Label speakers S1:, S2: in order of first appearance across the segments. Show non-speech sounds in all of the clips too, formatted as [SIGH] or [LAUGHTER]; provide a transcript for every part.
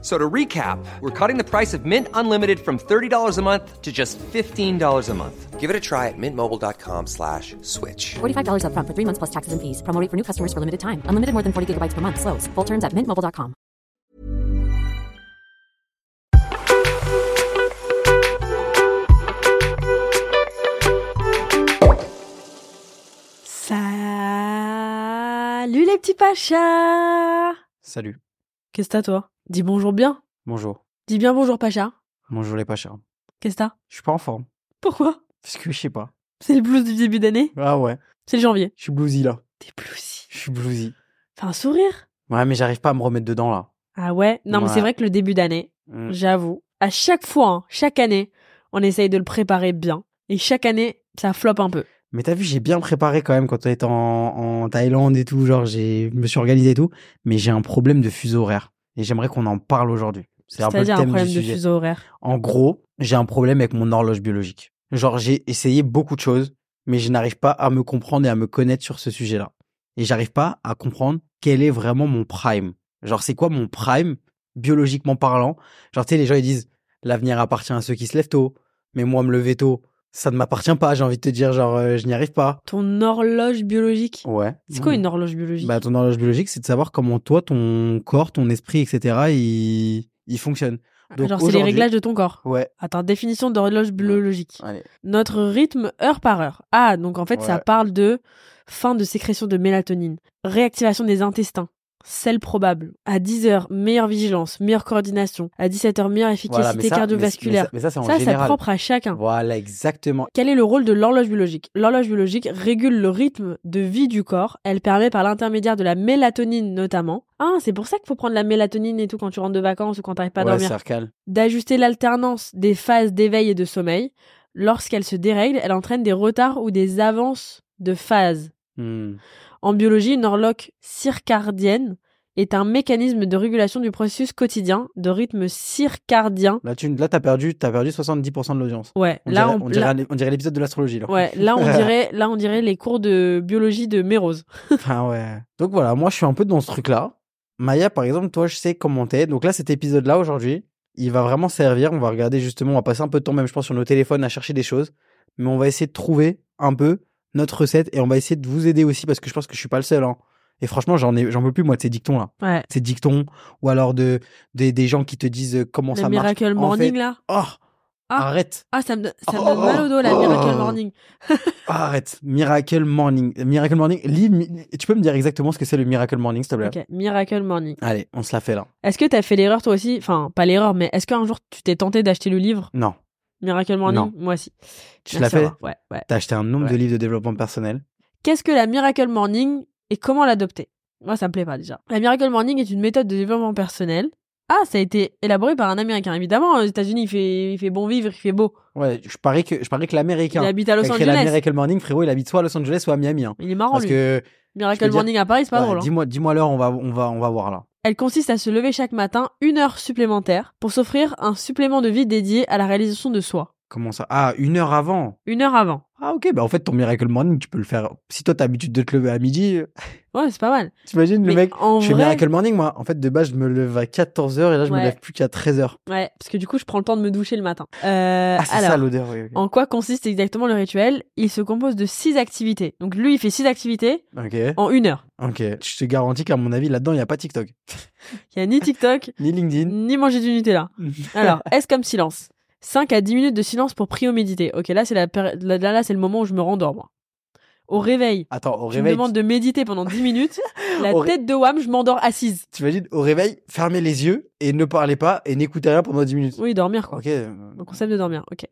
S1: So to recap, we're cutting the price of Mint Unlimited from $30 a month to just $15 a month. Give it a try at mintmobile.com slash switch.
S2: $45 upfront for three months plus taxes and fees. Promo rate for new customers for limited time. Unlimited more than 40 gigabytes per month. Slows. Full terms at mintmobile.com.
S3: Salut les petits pachas
S4: Salut.
S3: Qu'est-ce que t'as toi Dis bonjour bien.
S4: Bonjour.
S3: Dis bien bonjour pacha.
S4: Bonjour les pachas.
S3: Qu'est-ce que t'as
S4: Je suis pas en forme. [LAUGHS]
S3: Pourquoi
S4: Parce que je sais pas.
S3: C'est le blues du début d'année
S4: Ah ouais.
S3: C'est le janvier.
S4: Je suis bluesy là.
S3: T'es bluesy.
S4: Je suis bluesy.
S3: Fais un sourire
S4: Ouais, mais j'arrive pas à me remettre dedans là.
S3: Ah ouais Non mais
S4: Ouais.
S3: c'est vrai que le début d'année,
S4: Mm.
S3: j'avoue, à chaque fois, hein, chaque année, on essaye de le préparer bien. Et chaque année, ça floppe un peu.
S4: Mais t'as vu, j'ai bien préparé quand même quand on était en, en Thaïlande et tout. Genre, j'ai, je me suis organisé et tout. Mais j'ai un problème de fuseau horaire. Et j'aimerais qu'on en parle aujourd'hui. C'est un peu le
S3: C'est-à-dire un,
S4: thème
S3: problème
S4: du
S3: de
S4: sujet.
S3: fuseau horaire.
S4: En gros, j'ai un problème avec mon horloge biologique. Genre, j'ai essayé beaucoup de choses, mais je n'arrive pas à me comprendre et à me connaître sur ce sujet-là. Et j'arrive pas à comprendre quel est vraiment mon prime. Genre, c'est quoi mon prime, biologiquement parlant Genre, tu sais, les gens, ils disent, l'avenir appartient à ceux qui se lèvent tôt. Mais moi, me lever tôt, ça ne m'appartient pas. J'ai envie de te dire, genre, euh, je n'y arrive pas.
S3: Ton horloge biologique
S4: Ouais.
S3: C'est quoi une horloge biologique
S4: Bah, ton horloge biologique, c'est de savoir comment toi, ton corps, ton esprit, etc., il, il fonctionne.
S3: Ah,
S4: donc
S3: Genre c'est les
S4: aujourd'hui-
S3: réglages de ton corps.
S4: Ouais.
S3: Attends, définition d'horloge biologique.
S4: Allez.
S3: Notre rythme heure par heure. Ah, donc en fait, ça
S4: Ouais.
S3: parle de fin de sécrétion de mélatonine, réactivation des intestins, sel probable. À 10h, meilleure vigilance, meilleure coordination. À 17h, meilleure efficacité
S4: Voilà, mais ça- mais-
S3: cardiovasculaire.
S4: Mais, ça, mais ça, c'est en
S3: ça,
S4: général.
S3: c'est propre à chacun.
S4: Voilà, exactement.
S3: Quel est le rôle de l'horloge biologique L'horloge biologique régule le rythme de vie du corps. Elle permet par l'intermédiaire de la mélatonine notamment. Ah, c'est pour ça qu'il faut prendre la mélatonine et tout quand tu rentres de vacances ou quand t'arrives pas à
S4: ouais,
S3: dormir
S4: ça recale.
S3: d'ajuster l'alternance des phases d'éveil et de sommeil. Lorsqu'elle se dérègle, elle entraîne des retards ou des avances de phase.
S4: Hmm.
S3: En biologie, une horloque circadienne est un mécanisme de régulation du processus quotidien de rythme circadien.
S4: Là, tu là, t'as perdu, t'as perdu 70% de l'audience.
S3: Ouais,
S4: On,
S3: là,
S4: dirait,
S3: on,
S4: on dirait
S3: là-
S4: un- on dirait l'épisode de l'astrologie,
S3: [LAUGHS]
S4: là.
S3: ouais, là, on dirait, là, on dirait les cours de biologie de Mérose.
S4: [LAUGHS] Enfin, ouais. Donc voilà, moi, je suis un peu dans ce truc-là. Maya, par exemple, toi, je sais comment t'es. Donc là, cet épisode-là, aujourd'hui, il va vraiment servir. On va regarder justement, on va passer un peu de temps, même, je pense, sur nos téléphones à chercher des choses. Mais on va essayer de trouver un peu notre recette et on va essayer de vous aider aussi parce que je pense que je suis pas le seul. hein. Et franchement, j'en ai, j'en peux plus, moi, de ces dictons-là.
S3: Ouais.
S4: Ces dictons ou alors de, des- des gens qui te disent comment
S3: la
S4: ça marche.
S3: Miracle
S4: En
S3: Morning,
S4: fait-
S3: là.
S4: Oh Arrête
S3: Ah, ça me, donne- ça me
S4: Oh,
S3: donne mal au dos, la
S4: oh.
S3: Miracle Morning.
S4: Arrête Miracle Morning. Miracle Morning, lis- mi- tu peux me dire exactement ce que c'est le Miracle Morning, s'il te plaît
S3: Ok, Miracle Morning.
S4: Allez, on se la fait là.
S3: Est-ce que t'as fait l'erreur toi aussi Enfin, pas l'erreur, mais est-ce qu'un jour tu t'es tenté d'acheter le livre
S4: Non.
S3: Miracle Morning
S4: Non.
S3: Moi aussi.
S4: Tu l'as
S3: Merci,
S4: fait
S3: au revoir. Ouais, ouais.
S4: T'as acheté un nombre
S3: Ouais.
S4: de livres de développement personnel.
S3: Qu'est-ce que la Miracle Morning et comment l'adopter Moi, ça me plaît pas déjà. La Miracle Morning est une méthode de développement personnel. Ah, ça a été élaboré par un Américain. Évidemment, aux États-Unis, il fait, il fait bon vivre, il fait beau.
S4: Ouais, je parie que, je parie que
S3: Il
S4: l'Américain qui
S3: habite à Los
S4: a créé la
S3: Angeles.
S4: Miracle Morning, frérot, il habite soit à Los Angeles, soit à Miami. hein.
S3: Il est marrant,
S4: Parce
S3: lui.
S4: que, je
S3: Miracle
S4: peux dire-
S3: Morning à Paris, c'est pas
S4: ouais,
S3: drôle. hein.
S4: dis-moi, dis-moi l'heure, on va, on va, on va voir là.
S3: Elle consiste à se lever chaque matin une heure supplémentaire pour s'offrir un supplément de vie dédié à la réalisation de soi.
S4: Comment ça Ah, une heure avant.
S3: Une heure avant.
S4: Ah, ok, bah en fait, ton Miracle Morning, tu peux le faire. Si toi, t'as l'habitude de te lever à midi,
S3: Ouais, c'est pas mal.
S4: t'imagines le
S3: Mais
S4: mec.
S3: en
S4: Je fais
S3: vrai-
S4: Miracle Morning, moi. En fait, de base, je me lève à 14h et là, je
S3: Ouais.
S4: me lève plus qu'à 13h.
S3: Ouais, parce que du coup, je prends le temps de me doucher le matin. Euh,
S4: Ah, c'est
S3: alors,
S4: ça l'odeur, oui. oui.
S3: en quoi consiste exactement le rituel Il se compose de six activités. Donc lui, il fait six activités
S4: Ok,
S3: en une heure.
S4: ok. Je te garantis qu'à mon avis, là-dedans, il n'y a pas TikTok.
S3: Il n'y a ni
S4: [LAUGHS]
S3: TikTok,
S4: Ni LinkedIn.
S3: ni manger du Nutella.
S4: [LAUGHS]
S3: Alors, S comme silence 5 à 10 minutes de silence pour prier ou méditer. Ok, là, c'est la péri- là, là, c'est le moment où je me rendors, moi. Au réveil,
S4: Attends, au
S3: je me
S4: réveil,
S3: demande de méditer pendant 10
S4: [LAUGHS]
S3: minutes. La
S4: Au ré-
S3: tête de Wam, je m'endors assise.
S4: T'imagines, au réveil, fermez les yeux et ne parlez pas et n'écoutez rien pendant 10 minutes.
S3: Oui, dormir, quoi.
S4: Ok. euh,
S3: Le concept de dormir, ok.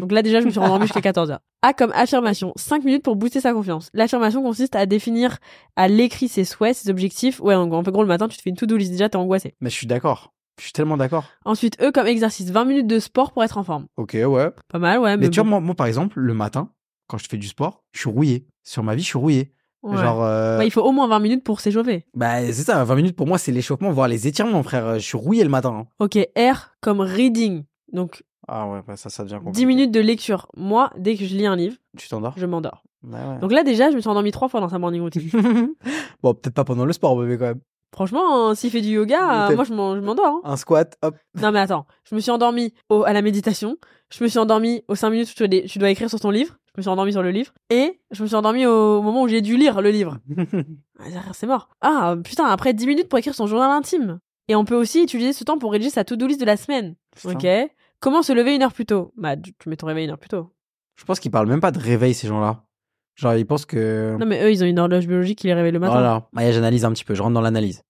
S3: Donc là déjà je me suis rendormie jusqu'à 14h. A comme affirmation, 5 minutes pour booster sa confiance. L'affirmation consiste à définir à l'écrit ses souhaits, ses objectifs. Ouais, en gros, en fait, gros le matin tu te fais une to-do list déjà, t'es angoissé.
S4: Mais je suis d'accord. Je suis tellement d'accord.
S3: Ensuite, E comme exercice, 20 minutes de sport pour être en forme.
S4: Ok, ouais.
S3: Pas mal, ouais, Ah, mais,
S4: Mais tu vois,
S3: bon.
S4: moi, moi, par exemple, le matin, quand je fais du sport, je suis rouillé. Sur ma vie, je suis rouillé.
S3: Ouais.
S4: Genre, euh,
S3: Ouais, il faut au moins 20 minutes pour s'échauffer.
S4: bah, c'est ça, 20 minutes pour moi, c'est l'échauffement, voire les étirements, frère. Je suis rouillé le matin. hein.
S3: Ok, R comme reading. Donc,
S4: Ah ouais, bah, ça, ça devient compliqué.
S3: 10 minutes de lecture. Moi, dès que je lis un livre,
S4: Tu t'endors
S3: je m'endors. [LAUGHS]
S4: Ouais, ouais.
S3: Donc là, déjà, je me suis endormie trois fois dans sa morning
S4: [LAUGHS]
S3: routine.
S4: Bon, peut-être pas pendant le sport, bébé, quand même.
S3: Franchement, hein, s'il fait du yoga, euh,
S4: T'es-
S3: moi, je m'en- je m'endors. hein.
S4: Un squat, hop.
S3: Non, mais attends. Je me suis endormie au- à la méditation. Je me suis endormie aux 5 minutes où tu dois, tu dois écrire sur ton livre. Je me suis endormie sur le livre. Et je me suis endormie au, au moment où j'ai dû lire le livre. Ah, C'est mort. Ah, putain, après 10 minutes pour écrire son journal intime. Et on peut aussi utiliser ce temps pour rédiger sa to-do list de la semaine.
S4: Putain.
S3: Ok. Comment se lever une heure plus tôt Bah, tu tu mets ton réveil une heure plus tôt.
S4: Je pense qu'ils parlent même pas de réveil, ces gens-là. Genre, ils pensent que.
S3: Non, mais eux, ils ont une horloge biologique qui les réveille le matin.
S4: Voilà. Maya, j'analyse un petit peu, je rentre dans l'analyse.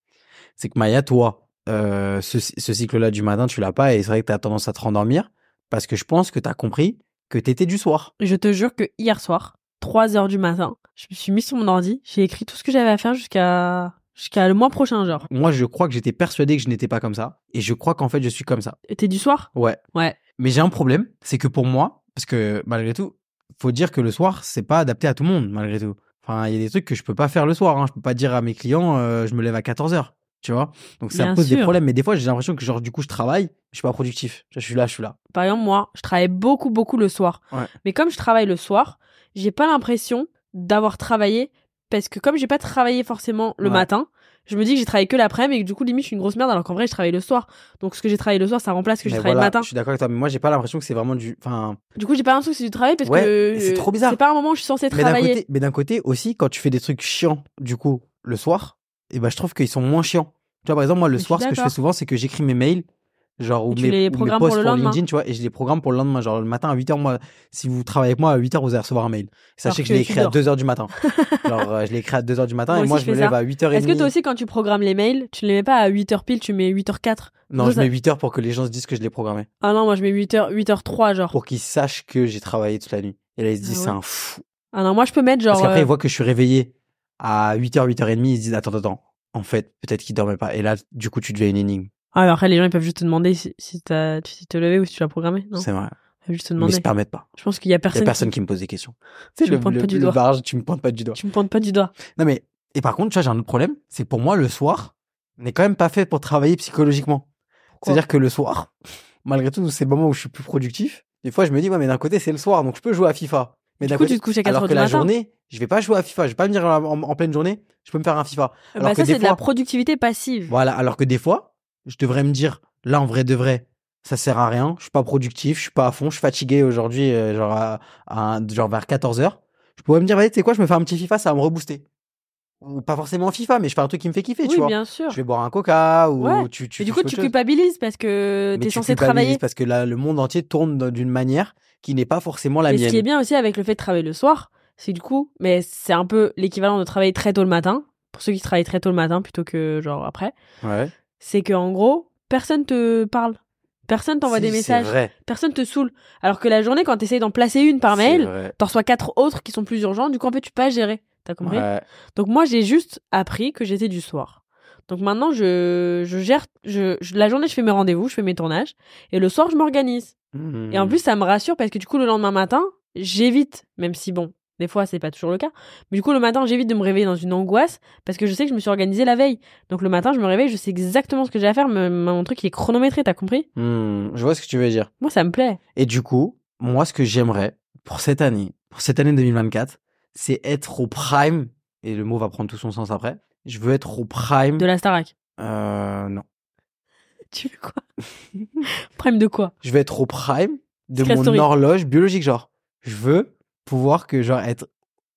S4: C'est que Maya, toi, euh, ce, ce cycle-là du matin, tu l'as pas et c'est vrai que tu as tendance à te rendormir parce que je pense que tu as compris que tu étais du soir.
S3: Je te jure que hier soir, 3 heures du matin, je me suis mis sur mon ordi, j'ai écrit tout ce que j'avais à faire jusqu'à jusqu'à le mois prochain, genre.
S4: Moi, je crois que j'étais persuadé que je n'étais pas comme ça et je crois qu'en fait, je suis comme ça.
S3: Et T'es du soir
S4: Ouais.
S3: Ouais.
S4: Mais j'ai un problème, c'est que pour moi, parce que malgré tout, faut dire que le soir, c'est pas adapté à tout le monde, malgré tout. Enfin, il y a des trucs que je peux pas faire le soir. Hein. Je peux pas dire à mes clients, euh, je me lève à 14h. Tu vois Donc ça
S3: Bien
S4: pose des
S3: sûr.
S4: problèmes. Mais des fois, j'ai l'impression que, genre, du coup, je travaille, je suis pas productif. Je suis là, je suis là.
S3: Par exemple, moi, je travaille beaucoup, beaucoup le soir.
S4: Ouais.
S3: Mais comme je travaille le soir, j'ai pas l'impression d'avoir travaillé parce que comme j'ai pas travaillé forcément le
S4: Ouais.
S3: matin, je me dis que j'ai travaillé que l'après-midi et que du coup, limite, je suis une grosse merde alors qu'en vrai, je travaille le soir. Donc ce que j'ai travaillé le soir, ça remplace ce que j'ai
S4: Mais
S3: travaillé
S4: voilà,
S3: le matin.
S4: Je suis d'accord avec toi, mais moi, j'ai pas l'impression que c'est vraiment du. Enfin,
S3: Du coup, j'ai pas l'impression que c'est du travail parce
S4: Ouais,
S3: que
S4: et c'est
S3: euh,
S4: trop bizarre.
S3: C'est pas un moment où je suis censée
S4: mais d'un
S3: travailler.
S4: côté, mais d'un côté aussi, quand tu fais des trucs chiants, du coup, le soir, et ben, je trouve qu'ils sont moins chiants. Tu vois, par exemple, moi, le
S3: Mais je suis
S4: soir, ce que je fais
S3: d'accord.
S4: souvent, c'est que j'écris mes mails, genre, ou
S3: Et tu
S4: mes,
S3: les
S4: ou mes
S3: programmes pour
S4: posts
S3: le
S4: pour
S3: lendemain.
S4: LinkedIn, tu vois, et je les programme pour le lendemain. Genre, le matin à 8h, moi, si vous travaillez avec moi, à 8h, vous allez recevoir un mail. Sachez
S3: Alors
S4: que,
S3: que
S4: je l'ai
S3: tu
S4: écrit à
S3: dors.
S4: 2h
S3: [LAUGHS]
S4: du matin. genre, euh, je l'ai écrit à 2h du matin,
S3: Moi
S4: et
S3: aussi,
S4: moi,
S3: je
S4: je me
S3: fais
S4: lève
S3: ça.
S4: à 8h30.
S3: Est-ce que toi aussi, quand tu programmes les mails, tu ne les mets pas à 8h pile, tu mets 8h04
S4: Non,
S3: toi,
S4: je
S3: ça-
S4: mets 8h pour que les gens se disent que je l'ai programmé.
S3: Ah non, moi je mets 8h, 8h03, genre.
S4: Pour qu'ils sachent que j'ai travaillé toute la nuit. Et là, ils se
S3: Ah
S4: disent,
S3: ouais.
S4: c'est un fou.
S3: Ah non, moi je peux mettre genre.
S4: Parce qu'après,
S3: euh,
S4: ils voient que je suis réveillé à 8h, 8h30, ils se disent Attends, attends, en fait, peut-être qu'ils dormaient pas. Et là, du coup, tu deviens une énigme.
S3: Ah, mais après, les gens ils peuvent juste te demander si, si t'as- si tu t'es levé ou si tu l'as programmé. Non, ils
S4: C'est vrai.
S3: peuvent juste te
S4: Mais ils
S3: demander.
S4: se permettent pas.
S3: Je pense qu'il y a
S4: Il y
S3: personne.
S4: a personne
S3: qui-
S4: qui me pose des questions.
S3: Tu me pointes pas du doigt.
S4: barrage, tu me pointes pas du doigt.
S3: Tu me pointes pas du doigt.
S4: Non, mais, et par contre, tu vois, j'ai un autre problème c'est que pour moi, le soir n'est quand même pas fait pour travailler psychologiquement. C'est-à-dire que le soir, malgré tout, c'est le moment où je suis plus productif. Des fois, je me dis Ouais, mais d'un côté, c'est le soir, donc je peux jouer à FIFA. Mais
S3: Du
S4: d'un
S3: coup,
S4: côté,
S3: tu te couches à 4
S4: alors
S3: heures
S4: que
S3: du
S4: la
S3: matin.
S4: journée, je vais pas jouer à FIFA, je vais pas me dire en, en pleine journée, je peux me faire un FIFA.
S3: Bah,
S4: alors que
S3: ça,
S4: des
S3: c'est de la
S4: fois-
S3: productivité passive.
S4: Voilà, alors que des fois, je devrais me dire, là, en vrai de vrai, ça sert à rien, je suis pas productif, je suis pas à fond, je suis fatigué aujourd'hui, euh, genre, à, à- genre vers 14h. Je pourrais me dire, vas-y, tu sais quoi, je me fais un petit FIFA, ça va me rebooster. Ou pas forcément FIFA, mais je fais un truc qui me fait kiffer,
S3: oui,
S4: tu vois.
S3: bien sûr.
S4: Je vais boire un coca ou
S3: Ouais.
S4: tu, tu
S3: Mais du
S4: fais
S3: coup,
S4: autre
S3: tu
S4: chose.
S3: culpabilises parce que
S4: Mais
S3: t'es
S4: tu
S3: censé
S4: culpabilises
S3: travailler.
S4: Parce que là, le monde entier tourne dans- d'une manière qui n'est pas forcément la
S3: Et
S4: mienne.
S3: ce qui est bien aussi avec le fait de travailler le soir, c'est que du coup, mais c'est un peu l'équivalent de travailler très tôt le matin, pour ceux qui travaillent très tôt le matin plutôt que genre après,
S4: Ouais.
S3: c'est que en gros, personne te parle, personne t'envoie
S4: Si,
S3: des
S4: c'est
S3: messages,
S4: vrai,
S3: personne te saoule. Alors que la journée, quand t'essayes d'en placer une par
S4: c'est
S3: mail,
S4: vrai.
S3: t'en reçois quatre autres qui sont plus urgents, du coup en fait tu peux pas gérer. T'as compris
S4: Ouais.
S3: Donc moi j'ai juste appris que j'étais du soir. Donc maintenant je, je gère, je, je- la journée je fais mes rendez-vous, je fais mes tournages, et le soir je m'organise. Et en
S4: Mhm.
S3: plus, ça me rassure parce que du coup, le lendemain matin, j'évite, même si bon, des fois, c'est pas toujours le cas. Mais du coup, le matin, j'évite de me réveiller dans une angoisse parce que je sais que je me suis organisée la veille. Donc le matin, je me réveille, je sais exactement ce que j'ai à faire. me- Mon truc, il est chronométré, t'as compris
S4: Mhm, je vois ce que tu veux dire.
S3: Moi, ça me plaît.
S4: Et du coup, moi, ce que j'aimerais pour cette année, pour cette année 2024, c'est être au prime. Et le mot va prendre tout son sens après. Je veux être au prime.
S3: De la Starac.
S4: Euh, non.
S3: Mmh. [LAUGHS] Tu veux quoi Prime de quoi
S4: Je veux être au prime de
S3: Secret
S4: mon
S3: Story.
S4: horloge biologique, genre. Je veux pouvoir que, genre, être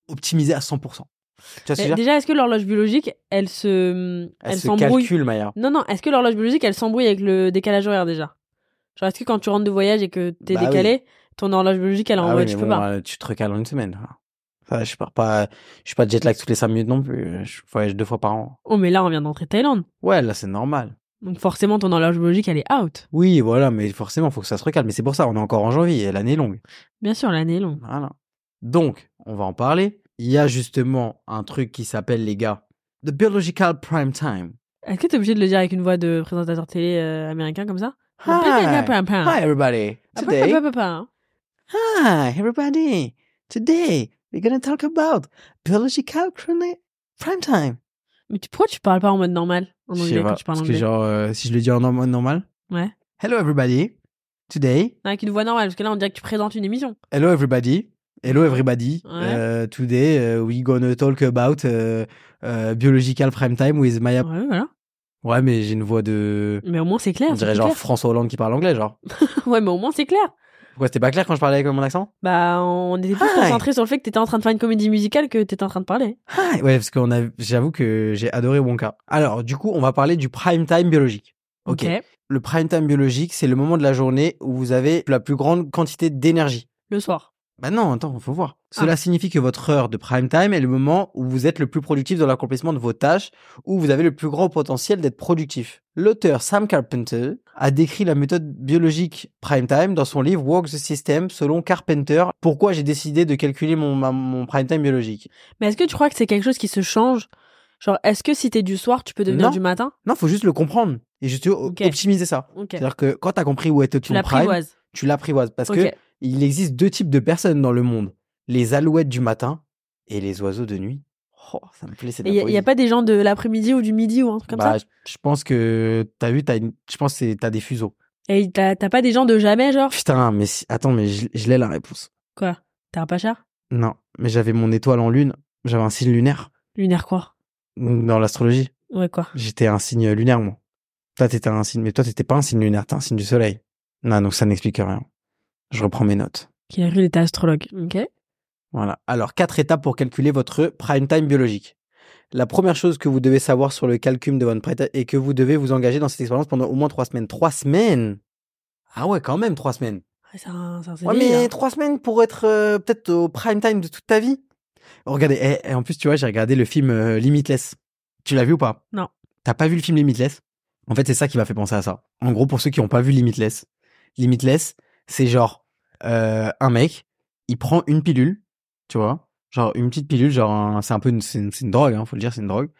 S4: optimisé à 100%. Tu vois ce que je veux
S3: Eh,
S4: dire
S3: Déjà, est-ce que l'horloge biologique, elle se.
S4: Elle se
S3: s'embrouille
S4: calcule, Maya.
S3: Non, non, est-ce que l'horloge biologique, elle s'embrouille avec le décalage horaire déjà Genre, est-ce que quand tu rentres de voyage et que t'es
S4: Bah oui.
S3: décalé, ton horloge biologique, elle est en
S4: Ah
S3: mode
S4: oui,
S3: tu
S4: mais
S3: peux
S4: bon,
S3: pas
S4: euh, tu te recales en une semaine. Enfin, je pars pas, je suis pas jet lag toutes les 5 minutes non plus. Je voyage deux fois par an.
S3: Oh, mais là, on vient d'entrer Thaïlande.
S4: Ouais, là, c'est normal.
S3: Donc forcément, ton horloge biologique, elle est out.
S4: Oui, voilà, mais forcément, faut que ça se recale. Mais c'est pour ça, on est encore en janvier, et l'année est longue.
S3: Bien sûr, l'année est longue.
S4: Voilà. Donc, on va en parler. Il y a justement un truc qui s'appelle, les gars, The Biological Prime Time.
S3: Est-ce que t'es obligé de le dire avec une voix de présentateur télé euh, américain comme ça Ah,
S4: Hi, everybody. Ah, Today.
S3: Today.
S4: Hi, everybody. Today,
S5: we're gonna talk about biological chronic prime time.
S3: Mais tu, pourquoi tu parles pas en mode normal en
S4: Je
S3: anglais
S4: sais
S3: quand
S4: pas,
S3: tu parles en
S4: parce que
S3: anglais
S4: genre, euh, si je le dis en norm- normal.
S3: Ouais.
S4: Hello everybody. Today.
S3: Ah, qui nous voit normal, parce que là, on dirait que tu présentes une émission.
S4: Hello everybody. Hello everybody.
S3: Ouais.
S4: Euh, today euh, we gonna talk about euh, euh, biological prime time with Maya.
S3: Ouais, voilà.
S4: Ouais, mais j'ai une voix de.
S3: Mais au moins, c'est clair.
S4: On
S3: c'est
S4: dirait
S3: plus
S4: genre
S3: clair.
S4: François Hollande qui parle anglais, genre.
S3: Ouais, mais au moins, c'est clair. [LAUGHS]
S4: Pourquoi c'était pas clair quand je parlais avec mon accent
S3: Bah, on était plus
S5: Hi.
S3: concentrés sur le fait que t'étais en train de faire une comédie musicale que t'étais en train de parler.
S4: Ah, ouais, parce qu'on a. J'avoue que j'ai adoré Wonka. Alors, du coup, on va parler du prime time biologique. ok. Le prime time biologique, c'est le moment de la journée où vous avez la plus grande quantité d'énergie.
S3: Le soir.
S4: Bah non, attends, faut voir.
S3: Ah.
S4: Cela signifie que votre heure de prime time est le moment où vous êtes le plus productif dans l'accomplissement de vos tâches, où vous avez le plus grand potentiel d'être productif. L'auteur Sam Carpenter a décrit la méthode biologique prime time dans son livre Walk the System selon Carpenter. Pourquoi j'ai décidé de calculer mon, ma- mon prime time biologique
S3: Mais est-ce que tu crois que c'est quelque chose qui se change Genre, est-ce que si t'es du soir, tu peux devenir
S4: Non.
S3: du matin
S4: Non, faut juste le comprendre et juste o-
S3: Ok.
S4: optimiser ça.
S3: Ok.
S4: C'est-à-dire que quand t'as compris où était
S3: Tu
S4: ton prime,
S3: l'apprivoises.
S4: tu l'apprivoises parce
S3: Ok.
S4: que Il existe deux types de personnes dans le monde les alouettes du matin et les oiseaux de nuit. Oh, ça me plaît, c'est de
S3: Il n'y a, y
S4: la
S3: a
S4: poésie.
S3: pas des gens de l'après-midi ou du midi ou un truc comme ça
S4: Bah, je- Je pense que t'as vu, t'as une... je pense que c'est- t'as des fuseaux. Oh,
S3: Et t'as t'as pas des gens de jamais, genre
S4: Putain, mais si- attends, mais je, je l'ai la réponse.
S3: Quoi T'as un pachard
S4: Non, mais j'avais mon étoile en lune, j'avais un signe lunaire
S3: Lunaire quoi
S4: dans l'astrologie.
S3: Ouais, quoi
S4: J'étais un signe lunaire, moi. Toi, t'étais un signe, mais toi, t'étais pas un signe lunaire, t'es un signe du soleil. Non, donc ça n'explique rien. Je reprends mes notes.
S3: Qui a cru qu'il était astrologue. Ok.
S4: Voilà. Alors, quatre étapes pour calculer votre prime time biologique. La première chose que vous devez savoir sur le calcul de votre prime time est que vous devez vous engager dans cette expérience pendant au moins trois semaines. Trois semaines Ah ouais, quand même, trois semaines.
S3: Ouais, c'est un, c'est un
S4: Ouais,
S3: CDI, hein.
S4: mais
S3: là.
S4: trois semaines pour être euh, peut-être au prime time de toute ta vie Oh, Regardez, eh, eh, en plus, tu vois, j'ai regardé le film euh, Limitless. Tu l'as vu ou pas
S3: Non.
S4: T'as pas vu le film Limitless En fait, c'est ça qui m'a fait penser à ça. En gros, pour ceux qui n'ont pas vu Limitless, Limitless, c'est genre euh, un mec, il prend une pilule, tu vois, genre une petite pilule, genre un- c'est un peu une, c'est une, c'est une drogue, hein, faut le dire, c'est une drogue.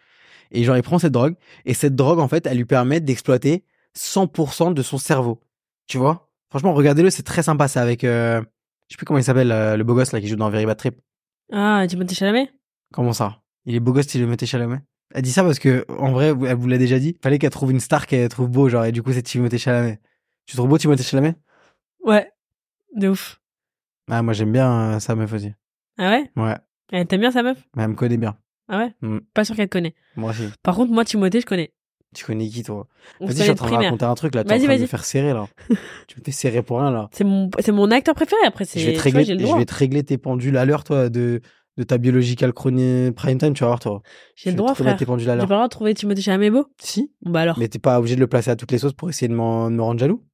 S4: Et genre, il prend cette drogue, et cette drogue, en fait, elle lui permet d'exploiter 100% de son cerveau. Tu vois Franchement, regardez-le, c'est très sympa. C'est avec, euh, je sais plus comment il s'appelle, euh, le beau gosse là qui joue dans Very Bad Trip.
S3: Ah, Timothée Chalamet
S4: Comment ça Il est beau gosse, il le mettait Chalamet. Elle dit ça parce que, en vrai, elle vous l'a déjà dit. Fallait qu'elle trouve une star qu'elle trouve beau, genre, et du coup, c'est Timothée Chalamet. Tu trouves beau Timothée Chalamet
S3: Ouais. De ouf.
S4: Ah, moi, j'aime bien euh, sa meuf aussi.
S3: Ah ouais
S4: Ouais,
S3: Eh, T'aimes bien sa meuf
S4: mais elle me connaît bien.
S3: Ah ouais
S4: Mm.
S3: Pas sûr qu'elle te connaît.
S4: Moi aussi.
S3: Par contre, moi, Timothée, je connais.
S4: Tu connais qui, toi
S3: On se
S4: Vas-y, je
S3: connaît
S4: suis en
S3: de
S4: train de
S3: primaire.
S4: raconter un truc là. Tu es en
S3: Vas-y,
S4: train de me
S3: vas-y.
S4: faire
S3: [LAUGHS]
S4: serrer là. tu me fais serrer pour rien là.
S3: C'est mon, c'est mon acteur préféré après. c'est-
S4: Je vais, te
S3: tu
S4: régler,
S3: vois, j'ai le
S4: je
S3: droit.
S4: vais te régler tes pendules à l'heure, toi, de, de ta biological chronique prime time. Tu vas voir, toi.
S3: J'ai le
S4: Je vais
S3: droit,
S4: te
S3: frère.
S4: remettre tes
S3: J'ai pas
S4: pendules à
S3: le
S4: l'heure.
S3: droit de trouver Timothée Chalamet beau
S4: Si,
S3: Bon, bah alors.
S4: mais t'es pas obligé de le placer à toutes les sauces pour essayer de, m'en- de me rendre jaloux.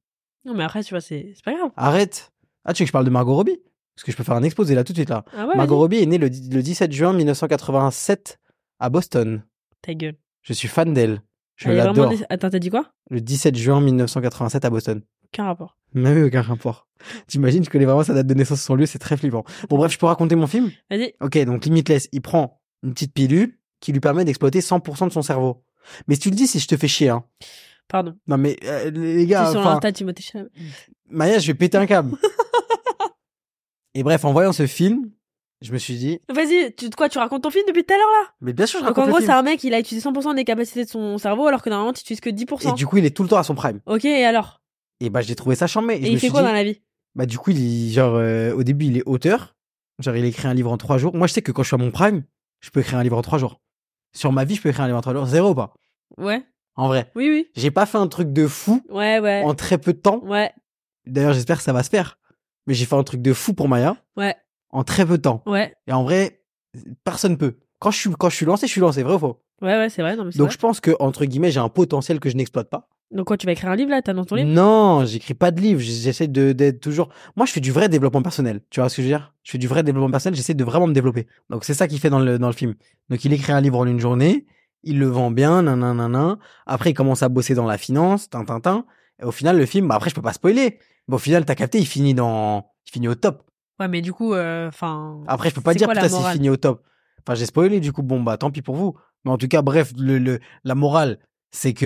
S3: Non, mais après, tu vois, c'est c'est pas grave.
S4: Arrête. Ah, tu veux que je parle de Margot Robbie Parce que je peux faire un exposé là tout de suite là.
S3: Ah ouais
S4: Margot
S3: vas-y.
S4: Robbie est née le, di- le 17 juin 1987 à Boston.
S3: Ta gueule.
S4: Je suis fan d'elle. Je
S3: Elle est vraiment
S4: l'adore.
S3: dé- Attends, t'as dit quoi
S4: Le 17 juin 1987 à Boston.
S3: Aucun rapport.
S4: Mais oui, aucun rapport. T'imagines, je connais vraiment sa date de naissance, son lieu, c'est très flippant. Bon, bref, je peux raconter mon film
S3: Vas-y.
S4: Ok, donc Limitless, il prend une petite pilule qui lui permet d'exploiter 100% de son cerveau. Mais si tu le dis, si je te fais chier, hein.
S3: Pardon.
S4: Non, mais euh, les gars,
S3: C'est sur
S4: enfin,
S3: l'Insta de Timothée Chalamet.
S4: Maya, je vais péter un câble. Et bref, en voyant ce film, je me suis dit,
S3: Vas-y, tu, quoi, tu racontes ton film depuis tout à l'heure là
S4: mais bien sûr, je
S3: Donc
S4: raconte
S3: en
S4: le
S3: gros, c'est
S4: film.
S3: un mec, il a utilisé 100% des capacités de son cerveau alors que normalement, tu utilises que 10%.
S4: Et du coup, il est tout le temps à son prime.
S3: Ok, et alors
S4: Et bah, j'ai trouvé ça charmé. Et,
S3: Et,
S4: je
S3: il
S4: me
S3: fait
S4: suis
S3: quoi
S4: dit,
S3: dans la vie
S4: bah, du coup, il, genre, euh, au début, il est auteur. Genre, il écrit un livre en trois jours. Moi, je sais que quand je suis à mon prime, je peux écrire un livre en trois jours. Sur ma vie, je peux écrire un livre en trois jours. Zéro ou pas
S3: Ouais.
S4: En vrai.
S3: Oui, oui.
S4: J'ai pas fait un truc de fou
S3: Ouais, ouais.
S4: en très peu de temps.
S3: Ouais,
S4: D'ailleurs, j'espère que ça va se faire. Mais j'ai fait un truc de fou pour Maya
S3: ouais,
S4: en très peu de temps.
S3: ouais.
S4: Et en vrai, personne peut. Quand je suis, quand je suis lancé, je suis lancé, vrai ou faux
S3: Ouais, ouais, c'est vrai. Non, mais c'est
S4: Donc
S3: vrai.
S4: je pense que, entre guillemets, j'ai un potentiel que je n'exploite pas.
S3: Donc quoi, tu vas écrire un livre là T'as dans ton livre
S4: Non, j'écris pas de livre. J'essaie de- d'être toujours. Moi, je fais du vrai développement personnel. Tu vois ce que je veux dire Je fais du vrai développement personnel. J'essaie de vraiment me développer. Donc c'est ça qu'il fait dans le dans le film. Donc il écrit un livre en une journée. Il le vend bien, nan nan nan nan. Après, il commence à bosser dans la finance, tin tin tin. Et au final, le film. Bah après, je peux pas spoiler. Mais au final, t'as capté. Il finit dans. Il finit au top.
S3: Ouais, mais du coup, euh, enfin.
S4: Mm. Après, je peux pas
S3: C'est
S4: dire
S3: quoi la
S4: putain s'il
S3: morale
S4: finit au top. Enfin, j'ai spoilé du coup. Bon bah tant pis pour vous. Mais en tout cas, bref, le, le- la morale, c'est que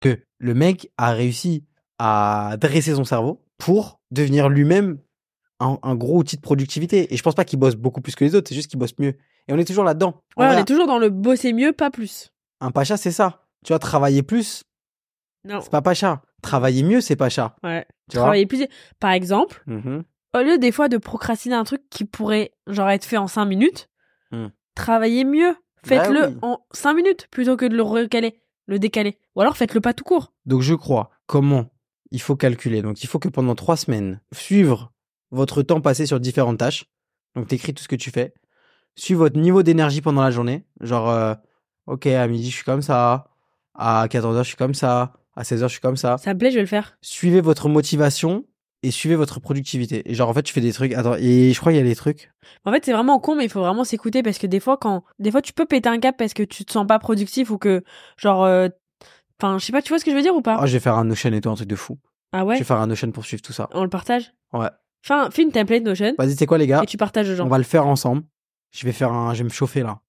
S4: que le mec a réussi à dresser son cerveau pour devenir lui-même un, un gros outil de productivité. Et je pense pas qu'il bosse beaucoup plus que les autres, c'est juste qu'il bosse mieux. Et on est toujours là-dedans.
S3: Ouais,
S4: Voilà.
S3: on est toujours dans le bosser mieux, pas plus.
S4: Un pacha, c'est ça. Tu vois, travailler plus,
S3: Non.
S4: c'est pas pacha. Travailler mieux, c'est pacha.
S3: Ouais.
S4: Tu vois
S3: Travailler plus. Par exemple,
S4: Mhm.
S3: au lieu des fois de procrastiner un truc qui pourrait genre être fait en 5 minutes,
S4: Hmm.
S3: travaillez mieux. Faites-le
S4: Bah oui.
S3: en 5 minutes plutôt que de le recaler, le décaler. Ou alors faites-le pas tout court.
S4: Donc je crois, comment il faut calculer Donc il faut que pendant trois semaines, suivre votre temps passé sur différentes tâches. Donc t'écris tout ce que tu fais. Suivre votre niveau d'énergie pendant la journée. Genre, euh, ok, à midi je suis comme ça, à 14h je suis comme ça, à 16h je suis comme ça.
S3: Ça me plaît, je vais le faire.
S4: Suivez votre motivation et suivez votre productivité. Et genre en fait tu fais des trucs. Attends, et je crois qu'il y a des trucs.
S3: En fait, c'est vraiment con, mais il faut vraiment s'écouter parce que des fois, quand, des fois, tu peux péter un cap parce que tu te sens pas productif ou que, genre, euh, enfin, je sais pas, tu vois ce que je veux dire ou pas
S4: Ah, je vais faire un Notion et tout, un truc de fou.
S3: Ah ouais
S4: Je vais faire un Notion pour suivre tout ça.
S3: On le partage
S4: Ouais.
S3: Enfin, fais une template Notion
S4: Vas-y, c'est quoi les gars
S3: et tu partages aux gens.
S4: On va le faire ensemble. Je vais faire un, je vais me chauffer là.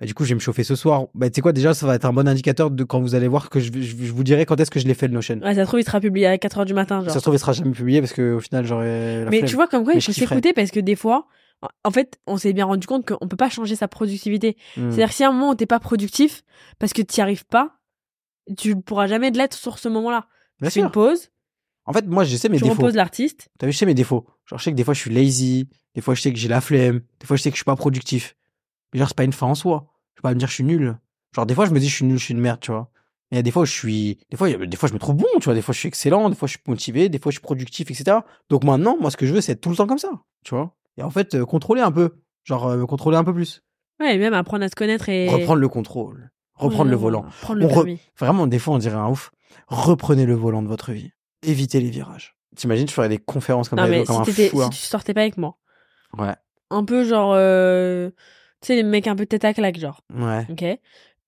S4: Bah, du coup, je vais me chauffer ce soir. Bah, tu sais quoi, déjà, ça va être un bon indicateur de quand vous allez voir que je, je- je vous dirai quand est-ce que je l'ai fait le Notion.
S3: Ouais, ça se trouve, il sera publié à 4h du matin, genre.
S4: Ça se trouve, il sera jamais publié parce que au final, j'aurais. la
S3: Mais
S4: flemme.
S3: tu vois, comme quoi,
S4: Mais
S3: il
S4: je
S3: faut
S4: kifferais.
S3: s'écouter parce que des fois, en- en fait, on s'est bien rendu compte qu'on peut pas changer sa productivité.
S4: Hmm.
S3: C'est-à-dire, que si à un moment où t'es pas productif parce que t'y arrives pas, tu pourras jamais de l'être sur ce moment-là.
S4: Bien
S3: tu fais
S4: sûr.
S3: une pause,
S4: En fait, moi, je sais mes
S3: tu
S4: défauts.
S3: reposes l'artiste.
S4: T'as vu, je sais mes défauts. Genre, je sais que des fois, je suis lazy. Des fois, je sais que j'ai la flemme. Des fois, je sais que je suis pas productif. Mais genre, c'est pas une fin en soi. Je peux pas me dire que je suis nul. Genre, des fois, je me dis, je suis nul, je suis une merde, tu vois. Et il y a des fois où je suis, des fois, il y a- des fois, je me trouve bon, tu vois. Des fois, je suis excellent. Des fois, je suis motivé. Des fois, je suis productif, etc. Donc maintenant, moi, ce que je veux, c'est être tout le temps comme ça, tu vois. Et en fait, euh, contrôler un peu. Genre, euh, me contrôler un peu plus.
S3: Ouais, et même apprendre à se connaître et. Mmh.
S4: Reprendre le contrôle. Reprendre le
S3: Ouais,
S4: volant.
S3: Prendre le
S4: On re-
S3: permis.
S4: Vraiment, des fois, on dirait un ouf. Reprenez le volant de votre vie. Évitez les virages. T'imagines, je ferais des conférences comme,
S3: Non,
S4: ça,
S3: mais
S4: comme
S3: si,
S4: un
S3: t'étais-
S4: fou,
S3: si
S4: hein.
S3: tu sortais pas avec moi,
S4: Ouais.
S3: un peu genre. euh, Tu sais, les mecs un peu tête à claque, genre.
S4: Ouais.
S3: Ok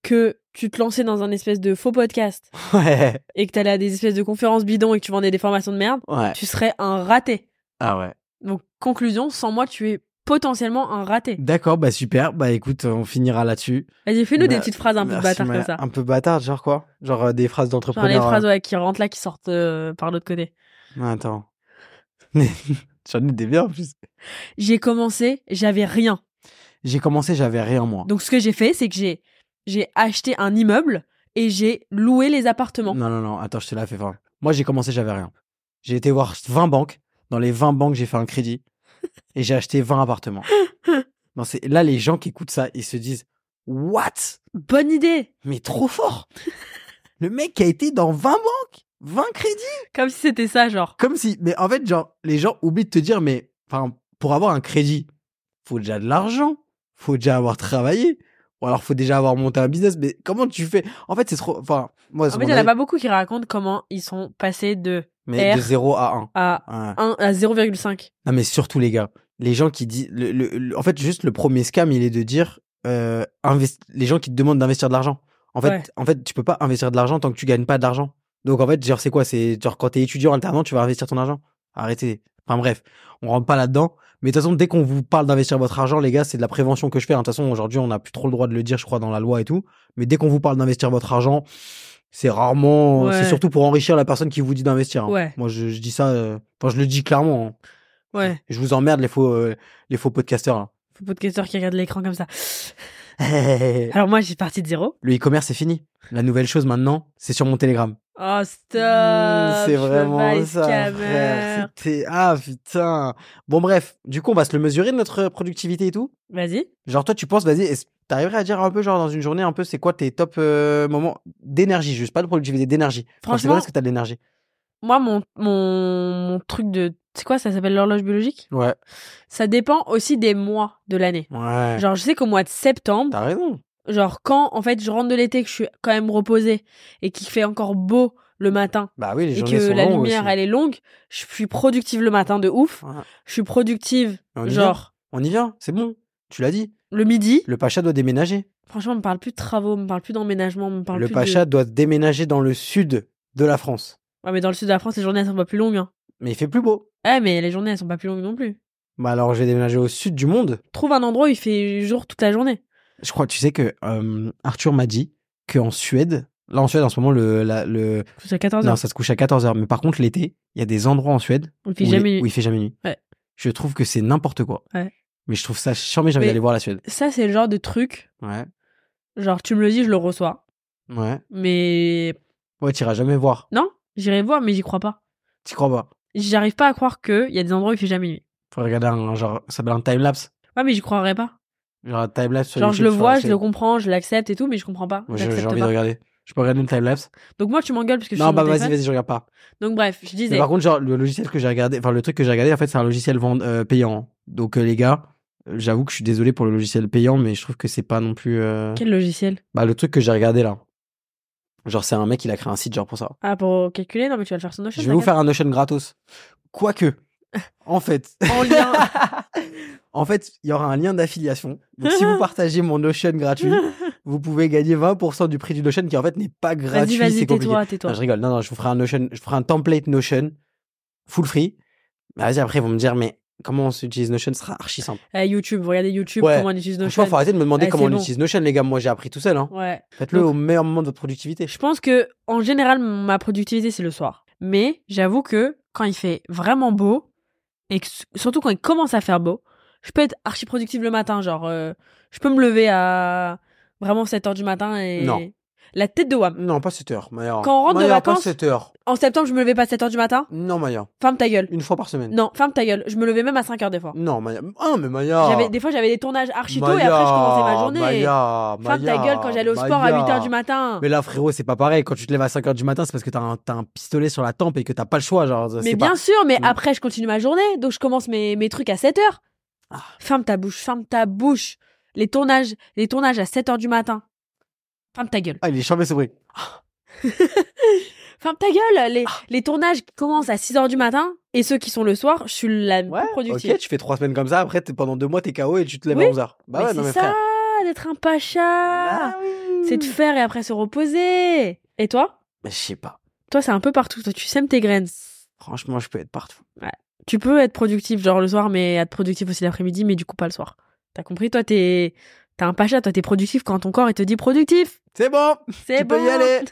S3: Que tu te lançais dans un espèce de faux podcast
S4: [LAUGHS] Ouais.
S3: et que t'allais à des espèces de conférences bidons et que tu vendais des formations de merde,
S4: Ouais.
S3: tu serais un raté.
S4: Ah ouais.
S3: Donc, conclusion, sans moi, tu es potentiellement un raté.
S4: D'accord, bah super. Bah écoute, on finira là-dessus.
S3: Vas-y, fais-nous des
S4: Bah,
S3: petites phrases un peu
S4: Merci,
S3: bâtards
S4: mais
S3: comme ça.
S4: Un peu bâtard, genre quoi Genre euh, des phrases
S3: Genre
S4: d'entrepreneur.
S3: les phrases
S4: euh.
S3: ouais, qui rentrent là, qui sortent euh, par l'autre côté.
S4: Non, Attends. [LAUGHS] J'en ai des biens en plus.
S3: J'ai commencé, j'avais rien.
S4: J'ai commencé, j'avais rien moi.
S3: Donc, ce que j'ai fait, c'est que j'ai j'ai acheté un immeuble et j'ai loué les appartements.
S4: Non, non, non, attends, je te la fais. Enfin, moi, j'ai commencé, j'avais rien. J'ai été voir 20 banques. Dans les 20 banques, j'ai fait un crédit et j'ai acheté
S3: [LAUGHS]
S4: 20 appartements. Non, c'est là les gens qui écoutent ça, ils se disent "What
S3: Bonne idée
S4: Mais
S3: [LAUGHS]
S4: trop fort Le mec qui a été dans 20 banques, 20 crédits
S3: Comme si c'était ça, genre.
S4: Comme si mais en fait genre les gens oublient de te dire mais enfin pour avoir un crédit, faut déjà de l'argent, faut déjà avoir travaillé ou alors faut déjà avoir monté un business mais comment tu fais En fait, c'est trop enfin moi c'est
S3: En fait, il n'y
S4: mon
S3: en a
S4: avis,
S3: pas beaucoup qui racontent comment ils sont passés de
S4: mais de
S3: R.
S4: 0 à
S3: à
S4: 1. Ouais.
S3: 1 à 0,5.
S4: Non, mais surtout, les gars, les gens qui disent. le- le- le- en fait, juste le premier scam, il est de dire euh, invest- les gens qui te demandent d'investir de l'argent. En fait,
S3: Ouais.
S4: en fait, tu peux pas investir de l'argent tant que tu gagnes pas de l'argent. Donc, en fait, genre, c'est quoi C'est genre quand t'es étudiant alternant, tu vas investir ton argent. Arrêtez. Enfin, bref, on rentre pas là-dedans. Mais de toute façon, dès qu'on vous parle d'investir votre argent, les gars, c'est de la prévention que je fais. hein. De toute façon, aujourd'hui, on n'a plus trop le droit de le dire, je crois, dans la loi et tout. Mais dès qu'on vous parle d'investir votre argent, c'est rarement.
S3: Ouais.
S4: C'est surtout pour enrichir la personne qui vous dit d'investir. hein.
S3: Ouais.
S4: Moi, je, je dis ça. euh, Enfin, je le dis clairement. hein.
S3: Ouais.
S4: Je vous emmerde les faux, euh, les faux podcasteurs. hein.
S3: [LAUGHS]
S4: là.
S3: Faut podcasteur qui regarde l'écran comme ça. Alors moi, j'ai parti de zéro.
S4: le e-commerce c'est fini. La nouvelle chose maintenant, c'est sur mon Telegram.
S3: Oh, stop
S4: Mmh,
S3: je
S4: c'est
S3: me bats,
S4: vraiment ça,
S3: scammer.
S4: frère. C'était- Ah putain. Bon bref, du coup on va se le mesurer notre productivité et tout.
S3: Vas-y.
S4: Genre toi tu penses, vas-y, est-ce- t'arriverais à dire un peu genre dans une journée un peu c'est quoi tes top euh, moments d'énergie juste, pas de productivité, d'énergie.
S3: Franchement-
S4: est-ce que t'as de l'énergie
S3: Moi, mon, mon, mon truc de... C'est quoi, ça s'appelle l'horloge biologique
S4: Ouais.
S3: Ça dépend aussi des mois de l'année.
S4: Ouais.
S3: Genre, je sais qu'au mois de septembre,
S4: T'as raison.
S3: Genre quand en fait je rentre de l'été que je suis quand même reposée et qu'il fait encore beau le matin
S4: Bah oui, les
S3: et
S4: journées
S3: que
S4: sont
S3: la
S4: longues
S3: lumière
S4: aussi.
S3: elle est longue, je suis productive le matin de ouf.
S4: Voilà.
S3: Je suis productive
S4: Mais on y
S3: genre
S4: On y vient, c'est bon. Tu l'as dit.
S3: le midi.
S4: Le pacha doit déménager.
S3: Franchement, on me parle plus de travaux, on me parle plus d'emménagement, on me parle
S4: Le
S3: plus
S4: pacha
S3: de
S4: doit déménager dans le sud de la France.
S3: Ouais, mais dans le sud de la France, les journées elles sont pas plus longues hein.
S4: Mais il fait plus beau.
S3: Ouais, mais les journées elles sont pas plus longues non plus.
S4: Bah alors, je vais déménager au sud du monde.
S3: Trouve un endroit où il fait jour toute la journée.
S4: Je crois, tu sais que euh, Arthur m'a dit qu'en Suède, là en Suède en ce moment, le, la- le...
S3: C'est à 14
S4: Non,
S3: heures.
S4: ça se couche à 14h. Mais par contre, l'été, il y a des endroits en Suède
S3: On fait
S4: où,
S3: jamais
S4: les-
S3: nuit.
S4: où il fait jamais nuit.
S3: Ouais.
S4: Je trouve que c'est n'importe quoi.
S3: Ouais.
S4: Mais je trouve ça charmé, j'ai envie
S3: Mais-
S4: d'aller voir la Suède.
S3: Ça c'est le genre de truc,
S4: Ouais.
S3: genre tu me le dis, je le reçois,
S4: Ouais.
S3: mais
S4: Ouais, t'iras jamais voir.
S3: non, j'irai voir mais j'y crois pas.
S4: T'y crois pas.
S3: J'arrive pas à croire qu'il y a des endroits où il fait jamais nuit.
S4: Faut regarder un genre, ça s'appelle un timelapse.
S3: Ouais, mais j'y croirais pas.
S4: Genre un timelapse sur
S3: Genre,
S4: YouTube
S3: je le
S4: sur la
S3: vois, je le
S4: Suède.
S3: comprends, je l'accepte et tout, mais je comprends pas.
S4: Moi,
S3: je
S4: j'ai j'ai
S3: l'accepte
S4: envie
S3: pas.
S4: de regarder. Je peux regarder le timelapse.
S3: Donc, moi, tu m'engueules parce que je suis
S4: Non,
S3: sur
S4: bah
S3: mon
S4: vas-y,
S3: téléphone.
S4: vas-y, je regarde pas.
S3: Donc, bref, je
S4: Mais
S3: disais,
S4: par contre, genre, le logiciel que j'ai regardé, enfin, le truc que j'ai regardé, en fait, c'est un logiciel vend- euh, payant. Donc, euh, les gars, euh, j'avoue que je suis désolé pour le logiciel payant, mais je trouve que c'est pas non plus. euh,
S3: quel logiciel
S4: Bah, le truc que j'ai regardé là. Genre, c'est un mec, il a créé un site, genre, pour ça.
S3: Ah, pour calculer Non, mais tu vas le faire sur Notion.
S4: Je vais vous
S3: t'inquiète.
S4: faire un Notion gratos.
S3: [LAUGHS]
S4: Quoique, en fait.
S3: En
S4: [LAUGHS]
S3: lien.
S4: En fait, il y aura un lien d'affiliation. Donc,
S3: [LAUGHS]
S4: si vous partagez mon Notion gratuit, vous pouvez gagner 20% du prix du Notion qui, en fait, n'est pas gratuit.
S3: Vas-y, vas-y,
S4: c'est compliqué.
S3: tais-toi,
S4: Non,
S3: tais-toi.
S4: je rigole. Non, non, je vous ferai un Notion, je vous ferai un template Notion full free. Mais Vas-y, après, ils vont me dire, mais comment on s'utilise Notion Ce sera archi simple.
S3: Eh, YouTube, regardez YouTube,
S4: Ouais.
S3: comment on utilise
S4: Franchement,
S3: Notion.
S4: faut arrêter de me demander
S3: Eh,
S4: comment
S3: c'est
S4: on
S3: bon.
S4: utilise Notion, les gars. Moi, j'ai appris tout seul. Hein.
S3: Ouais.
S4: Faites-le
S3: Donc-
S4: au meilleur moment de votre productivité.
S3: Je pense que, en général, ma productivité, c'est le soir. Mais j'avoue que quand il fait vraiment beau, et que- surtout quand il commence à faire beau, je peux être archi productive le matin. Genre, euh, je peux me lever à vraiment 7 heures du matin et.
S4: Non.
S3: La tête de Wam.
S4: Non, pas 7 heures, Maya.
S3: Quand on rentre de
S4: Maya,
S3: vacances-
S4: pas 7 heures.
S3: En septembre, je me levais pas à 7 heures du matin.
S4: Non, Maya.
S3: Ferme ta gueule.
S4: Une fois par semaine.
S3: Non, ferme ta gueule. Je me levais même à 5 heures des fois.
S4: Non, Maya. Ah, mais Maya.
S3: J'avais Des fois, j'avais des tournages archi tôt et
S4: Maya,
S3: après, je commençais ma journée.
S4: Maya,
S3: Ferme ta
S4: Maya,
S3: gueule quand j'allais au sport à
S4: Maya.
S3: 8 heures du matin.
S4: Mais là, frérot, c'est pas pareil. Quand tu te lèves à 5 heures du matin, c'est parce que t'as un, t'as un pistolet sur la tempe et que t'as pas le choix. Genre,
S3: Mais
S4: c'est
S3: bien
S4: pas-
S3: sûr, mais
S4: Mm.
S3: après, je continue ma journée. Donc, je commence mes, mes trucs à 7 heures.
S4: Ah.
S3: Ferme ta bouche, ferme ta bouche. Les tournages, les tournages à 7 heures du matin. Ferme ta gueule.
S4: Ah, il est chambé, ce bruit.
S3: Ferme ta gueule. Les,
S4: Ah.
S3: les tournages qui commencent à 6 heures du matin et ceux qui sont le soir, je suis la plus productive.
S4: ok, tu fais 3 semaines comme ça. Après, t'es- pendant 2 mois, t'es KO et tu te lèves
S3: Oui.
S4: à 11 heures. Bah ouais,
S3: mais
S4: non, mais
S3: c'est ça, Ah
S4: frère. Bah Ah.
S3: d'être un pacha. C'est de faire et après se reposer. Et toi
S4: Mais je sais pas.
S3: Toi, c'est un peu partout. Toi, tu sèmes tes graines.
S4: Franchement, je peux être partout.
S3: Tu peux être productif, genre le soir, mais être productif aussi l'après-midi, mais du coup, pas le soir. T'as compris Toi, t'es. T'as un pacha, toi, t'es productif quand ton corps, il te dit
S4: [LAUGHS]
S3: productif.
S4: C'est bon
S3: C'est
S4: Tu
S3: bon.
S4: peux y aller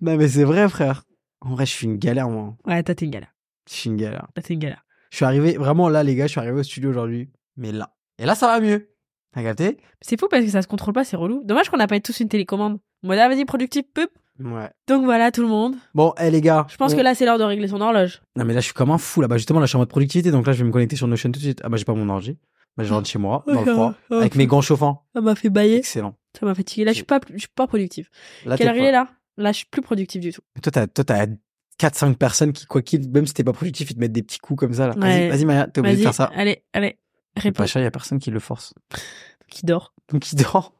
S4: Non, mais c'est vrai, frère. En vrai, je suis une galère, moi.
S3: [LAUGHS] ouais, toi, t'es une galère.
S4: Je suis une galère.
S3: Toi, t'es une galère.
S4: Je suis arrivé, vraiment là, les gars, je suis arrivé au studio aujourd'hui. Mais là. Et là, ça va mieux. T'as capté
S3: C'est fou parce que ça se contrôle pas, c'est relou. Dommage qu'on n'a pas tous une télécommande. Moi, là, vas-y, productif, pup.
S4: Ouais.
S3: Donc voilà, tout le monde.
S4: Bon, eh les gars.
S3: Je pense
S4: on-
S3: que là, c'est l'heure de régler son horloge.
S4: Non, mais là, je suis comme un fou. Là-bas, justement, là, je suis en mode productivité. Donc là, je vais me connecter sur Notion tout de suite. Ah, bah, j'ai pas mon ordi. Bah, je rentre chez moi, dans le
S3: Oh,
S4: froid,
S3: oh,
S4: avec
S3: fou.
S4: mes gants chauffants.
S3: Ça m'a fait bailler.
S4: Excellent.
S3: Ça m'a fatigué. Là, je suis pas, je suis pas productif.
S4: Là,
S3: Quelle
S4: t'es
S3: heure il
S4: pas-
S3: est là Là, je suis plus productif du tout.
S4: Toi, t'as, toi, t'as 4-5 personnes qui, quoi qu'il, même si t'es pas productif, ils te mettent des petits coups comme ça, là. Vas-y,
S3: Ouais.
S4: vas-y, Maya, t'es obligé de
S3: Vas-y,
S4: faire ça.
S3: allez, allez.
S4: Le
S3: Réponds.
S4: pacha, y a personne qui le force.
S3: Qui dort.
S4: Donc, il dort.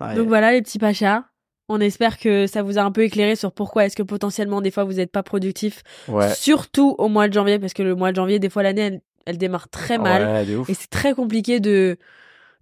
S4: Ouais.
S3: Donc voilà les petits pachas. On espère que ça vous a un peu éclairé sur pourquoi est-ce que potentiellement des fois vous n'êtes pas productif,
S4: Ouais.
S3: surtout au mois de janvier, parce que le mois de janvier, des fois l'année, elle, elle démarre très mal.
S4: Ouais, de ouf.
S3: Et c'est très compliqué de,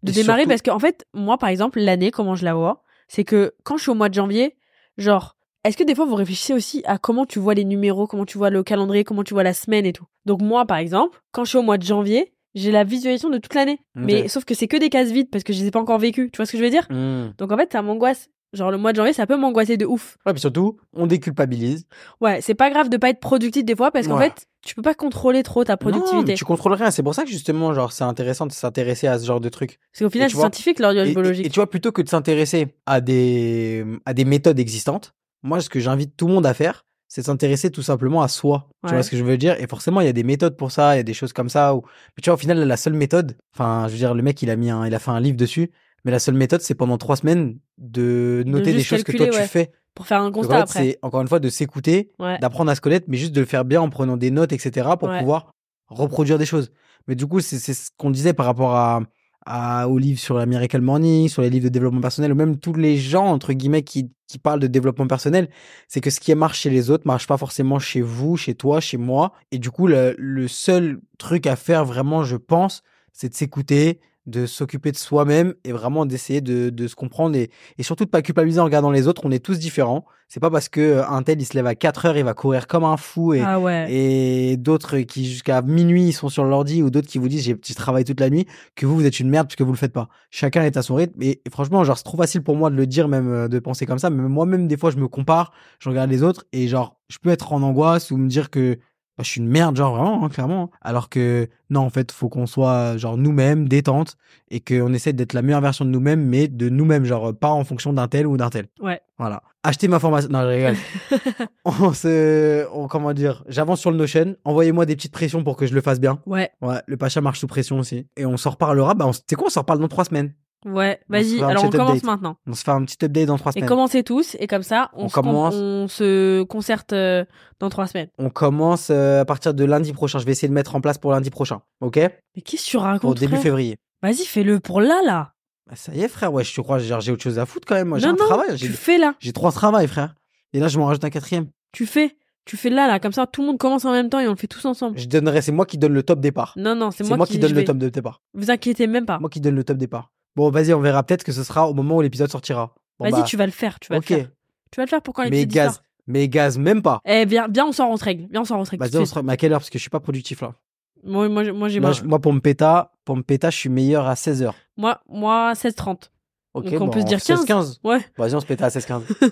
S3: de
S4: Et
S3: démarrer
S4: surtout-
S3: parce qu'en fait, moi, par exemple, l'année, comment je la vois, c'est que quand je suis au mois de janvier, genre, est-ce que des fois vous réfléchissez aussi à comment tu vois les numéros, comment tu vois le calendrier, comment tu vois la semaine et tout Donc, moi, par exemple, quand je suis au mois de janvier, j'ai la visualisation de toute l'année.
S4: Ok.
S3: Mais sauf que c'est que des cases vides parce que je les ai pas encore vécues. Tu vois ce que je veux dire
S4: Mm.
S3: Donc, en fait, ça m'angoisse. Genre, le mois de janvier, ça peut m'angoisser de ouf.
S4: Ouais, puis surtout, on déculpabilise.
S3: Ouais, c'est pas grave de pas être productif des fois parce qu'en
S4: Ouais.
S3: fait, tu peux pas contrôler trop ta
S4: Non,
S3: productivité.
S4: mais tu contrôles rien. C'est pour ça que justement, genre, c'est intéressant de s'intéresser à ce genre de trucs.
S3: Parce qu'au final,
S4: tu
S3: c'est
S4: vois-
S3: scientifique l'horloge
S4: Et-
S3: biologique.
S4: Et, et tu vois, plutôt que de s'intéresser à des, à des méthodes existantes, moi, ce que j'invite tout le monde à faire, c'est de s'intéresser tout simplement à soi. Tu
S3: Ouais.
S4: vois ce que je veux dire Et forcément, il y a des méthodes pour ça, il y a des choses comme ça. Où... Mais tu vois, au final, la seule méthode, enfin, je veux dire, le mec, il a, mis un, il a fait un livre dessus, mais la seule méthode, c'est pendant trois semaines de noter des
S3: juste
S4: choses que toi,
S3: calculer,
S4: tu
S3: ouais.
S4: fais.
S3: Pour faire un
S4: Donc,
S3: constat
S4: en fait,
S3: après.
S4: c'est encore une fois de s'écouter,
S3: Ouais.
S4: d'apprendre à se connaître, mais juste de le faire bien en prenant des notes, etc., pour
S3: Ouais.
S4: pouvoir reproduire des choses. Mais du coup, c'est c'est ce qu'on disait par rapport à, à, aux livres sur la Miracle Morning, sur les livres de développement personnel, ou même tous les gens, entre guillemets, qui, qui parlent de développement personnel, c'est que ce qui marche chez les autres marche pas forcément chez vous, chez toi, chez moi. Et du coup, le, le seul truc à faire vraiment, je pense, c'est de s'écouter, de s'occuper de soi-même et vraiment d'essayer de, de se comprendre et, et surtout de pas culpabiliser en regardant les autres. On est tous différents. C'est pas parce que euh, un tel, il se lève à 4 heures, il va courir comme un fou et,
S3: Ah ouais.
S4: et d'autres qui jusqu'à minuit ils sont sur l'ordi ou d'autres qui vous disent j'ai petit travail toute la nuit que vous vous êtes une merde parce que vous le faites pas. Chacun est à son rythme et, et franchement genre c'est trop facile pour moi de le dire même euh, de penser comme ça mais moi-même des fois je me compare, je regarde les autres et genre je peux être en angoisse ou me dire que bah, je suis une merde genre vraiment hein, clairement alors que non en fait faut qu'on soit genre nous-mêmes détente et qu'on essaie d'être la meilleure version de nous-mêmes mais de nous-mêmes genre pas en fonction d'un tel ou d'un tel.
S3: Ouais.
S4: Voilà. Achetez ma formation. Non, je rigole [LAUGHS] on se, on, comment dire, j'avance sur le Notion. Envoyez-moi des petites pressions pour que je le fasse bien.
S3: Ouais,
S4: Ouais, le Pacha marche sous pression aussi. Et on s'en reparlera. Bah, on s- t'sais quoi, on s'en reparle dans trois semaines.
S3: ouais.
S4: On se
S3: Vas-y,
S4: fait un
S3: alors on
S4: petit
S3: commence
S4: update.
S3: maintenant.
S4: On se fait un petit update dans trois
S3: Et
S4: semaines.
S3: commencez tous, et comme ça, on,
S4: On
S3: se, con-
S4: commence.
S3: on se concerte euh, dans trois semaines.
S4: On commence euh, à partir de lundi prochain. Je vais essayer de mettre en place pour lundi prochain. Ok?
S3: Mais qu'est-ce que tu
S4: Pour
S3: racontes
S4: début
S3: frère
S4: février.
S3: Vas-y, fais-le pour là, là.
S4: Bah, ça y est, frère. Ouais, je te crois, genre, j'ai autre chose à foutre quand même. Moi, j'ai
S3: non,
S4: un
S3: non,
S4: travail.
S3: tu
S4: J'ai,
S3: fais là.
S4: j'ai trois travails, frère. Et là, je m'en rajoute un quatrième.
S3: Tu fais. Tu fais là, là. Comme ça, tout le monde commence en même temps et on le fait tous ensemble.
S4: Je donnerai, c'est moi qui donne le top départ.
S3: Non, non, c'est
S4: C'est
S3: moi, qui,
S4: donne
S3: je
S4: le
S3: vais-
S4: top de départ.
S3: Vous inquiétez même pas.
S4: Moi qui donne le top départ. Bon, vas-y, on verra peut-être que ce sera au moment où l'épisode sortira. Bon,
S3: Vas-y,
S4: bah,
S3: tu vas le faire. Tu vas
S4: Ok,
S3: le faire. Tu vas le faire pour quand les
S4: mais
S3: petites
S4: gaz, mais gaz, même pas.
S3: Eh bien, bien, on s'en rentre règle. Bien, on s'en rentre règle.
S4: Vas-y,
S3: tout de
S4: on
S3: suite.
S4: sera- mais à quelle heure Parce que je suis pas productif là.
S3: Moi, moi, j'ai- moi, j'ai
S4: Moi,
S3: marre.
S4: je- moi, pour me péta, pour me péta, je suis meilleur à 16h.
S3: Moi, moi, 16h30.
S4: Ok,
S3: Donc, on peut se dire
S4: 16, 15. [LAUGHS]
S3: Ouais.
S4: Vas-y, on se péta
S3: [LAUGHS]
S4: à 16-15.
S3: Bon,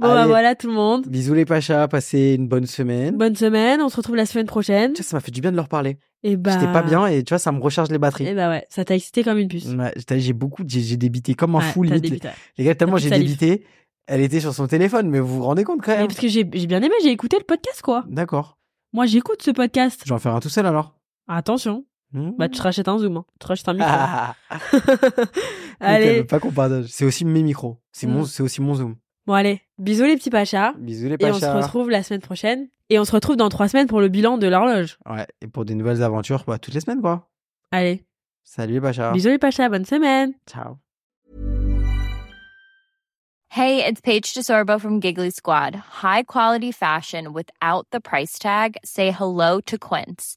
S3: bah
S4: Allez.
S3: voilà tout le monde.
S4: Bisous les Pachas, passez une bonne semaine.
S3: Bonne semaine. On se retrouve la semaine prochaine.
S4: Tu vois, ça m'a fait du bien de leur parler.
S3: Et bah.
S4: J'étais pas bien Mm, et tu vois, ça me recharge les
S3: Et
S4: batteries.
S3: bah ouais, ça t'a excité comme une puce.
S4: Ouais, t'as- j'ai beaucoup, j'ai j'ai débité comme un
S3: Ouais,
S4: fou
S3: t'as
S4: limite.
S3: débité, ouais.
S4: Les gars, tellement
S3: T'as plus
S4: j'ai
S3: de salive.
S4: débité, elle était sur son téléphone, mais vous vous rendez compte quand
S3: Mais
S4: même.
S3: parce que j'ai j'ai bien aimé, j'ai écouté le podcast quoi.
S4: D'accord.
S3: Moi j'écoute ce podcast.
S4: Je vais en faire un tout seul alors.
S3: Attention,
S4: Hmm.
S3: bah
S4: [LAUGHS]
S3: tu te rachètes un zoom, hein. tu te rachètes un micro.
S4: Ah,
S3: [LAUGHS] allez,
S4: pas qu'on partage. C'est aussi mes micros. C'est mon,
S3: Mm.
S4: c'est aussi mon zoom.
S3: bon allez, bisous les petits pachas.
S4: Bisous les
S3: Et on se
S4: pachas.
S3: retrouve la semaine prochaine. Et on se retrouve dans trois semaines pour le bilan de l'horloge.
S4: Ouais. Et pour des nouvelles aventures, bah, toutes les semaines quoi.
S3: Allez,
S4: Salut les pachas.
S3: bisous les pachas, bonne semaine.
S4: Ciao.
S6: Hey, it's Paige DeSorbo from Giggly Squad. High quality fashion without the price tag. Say hello to Quince.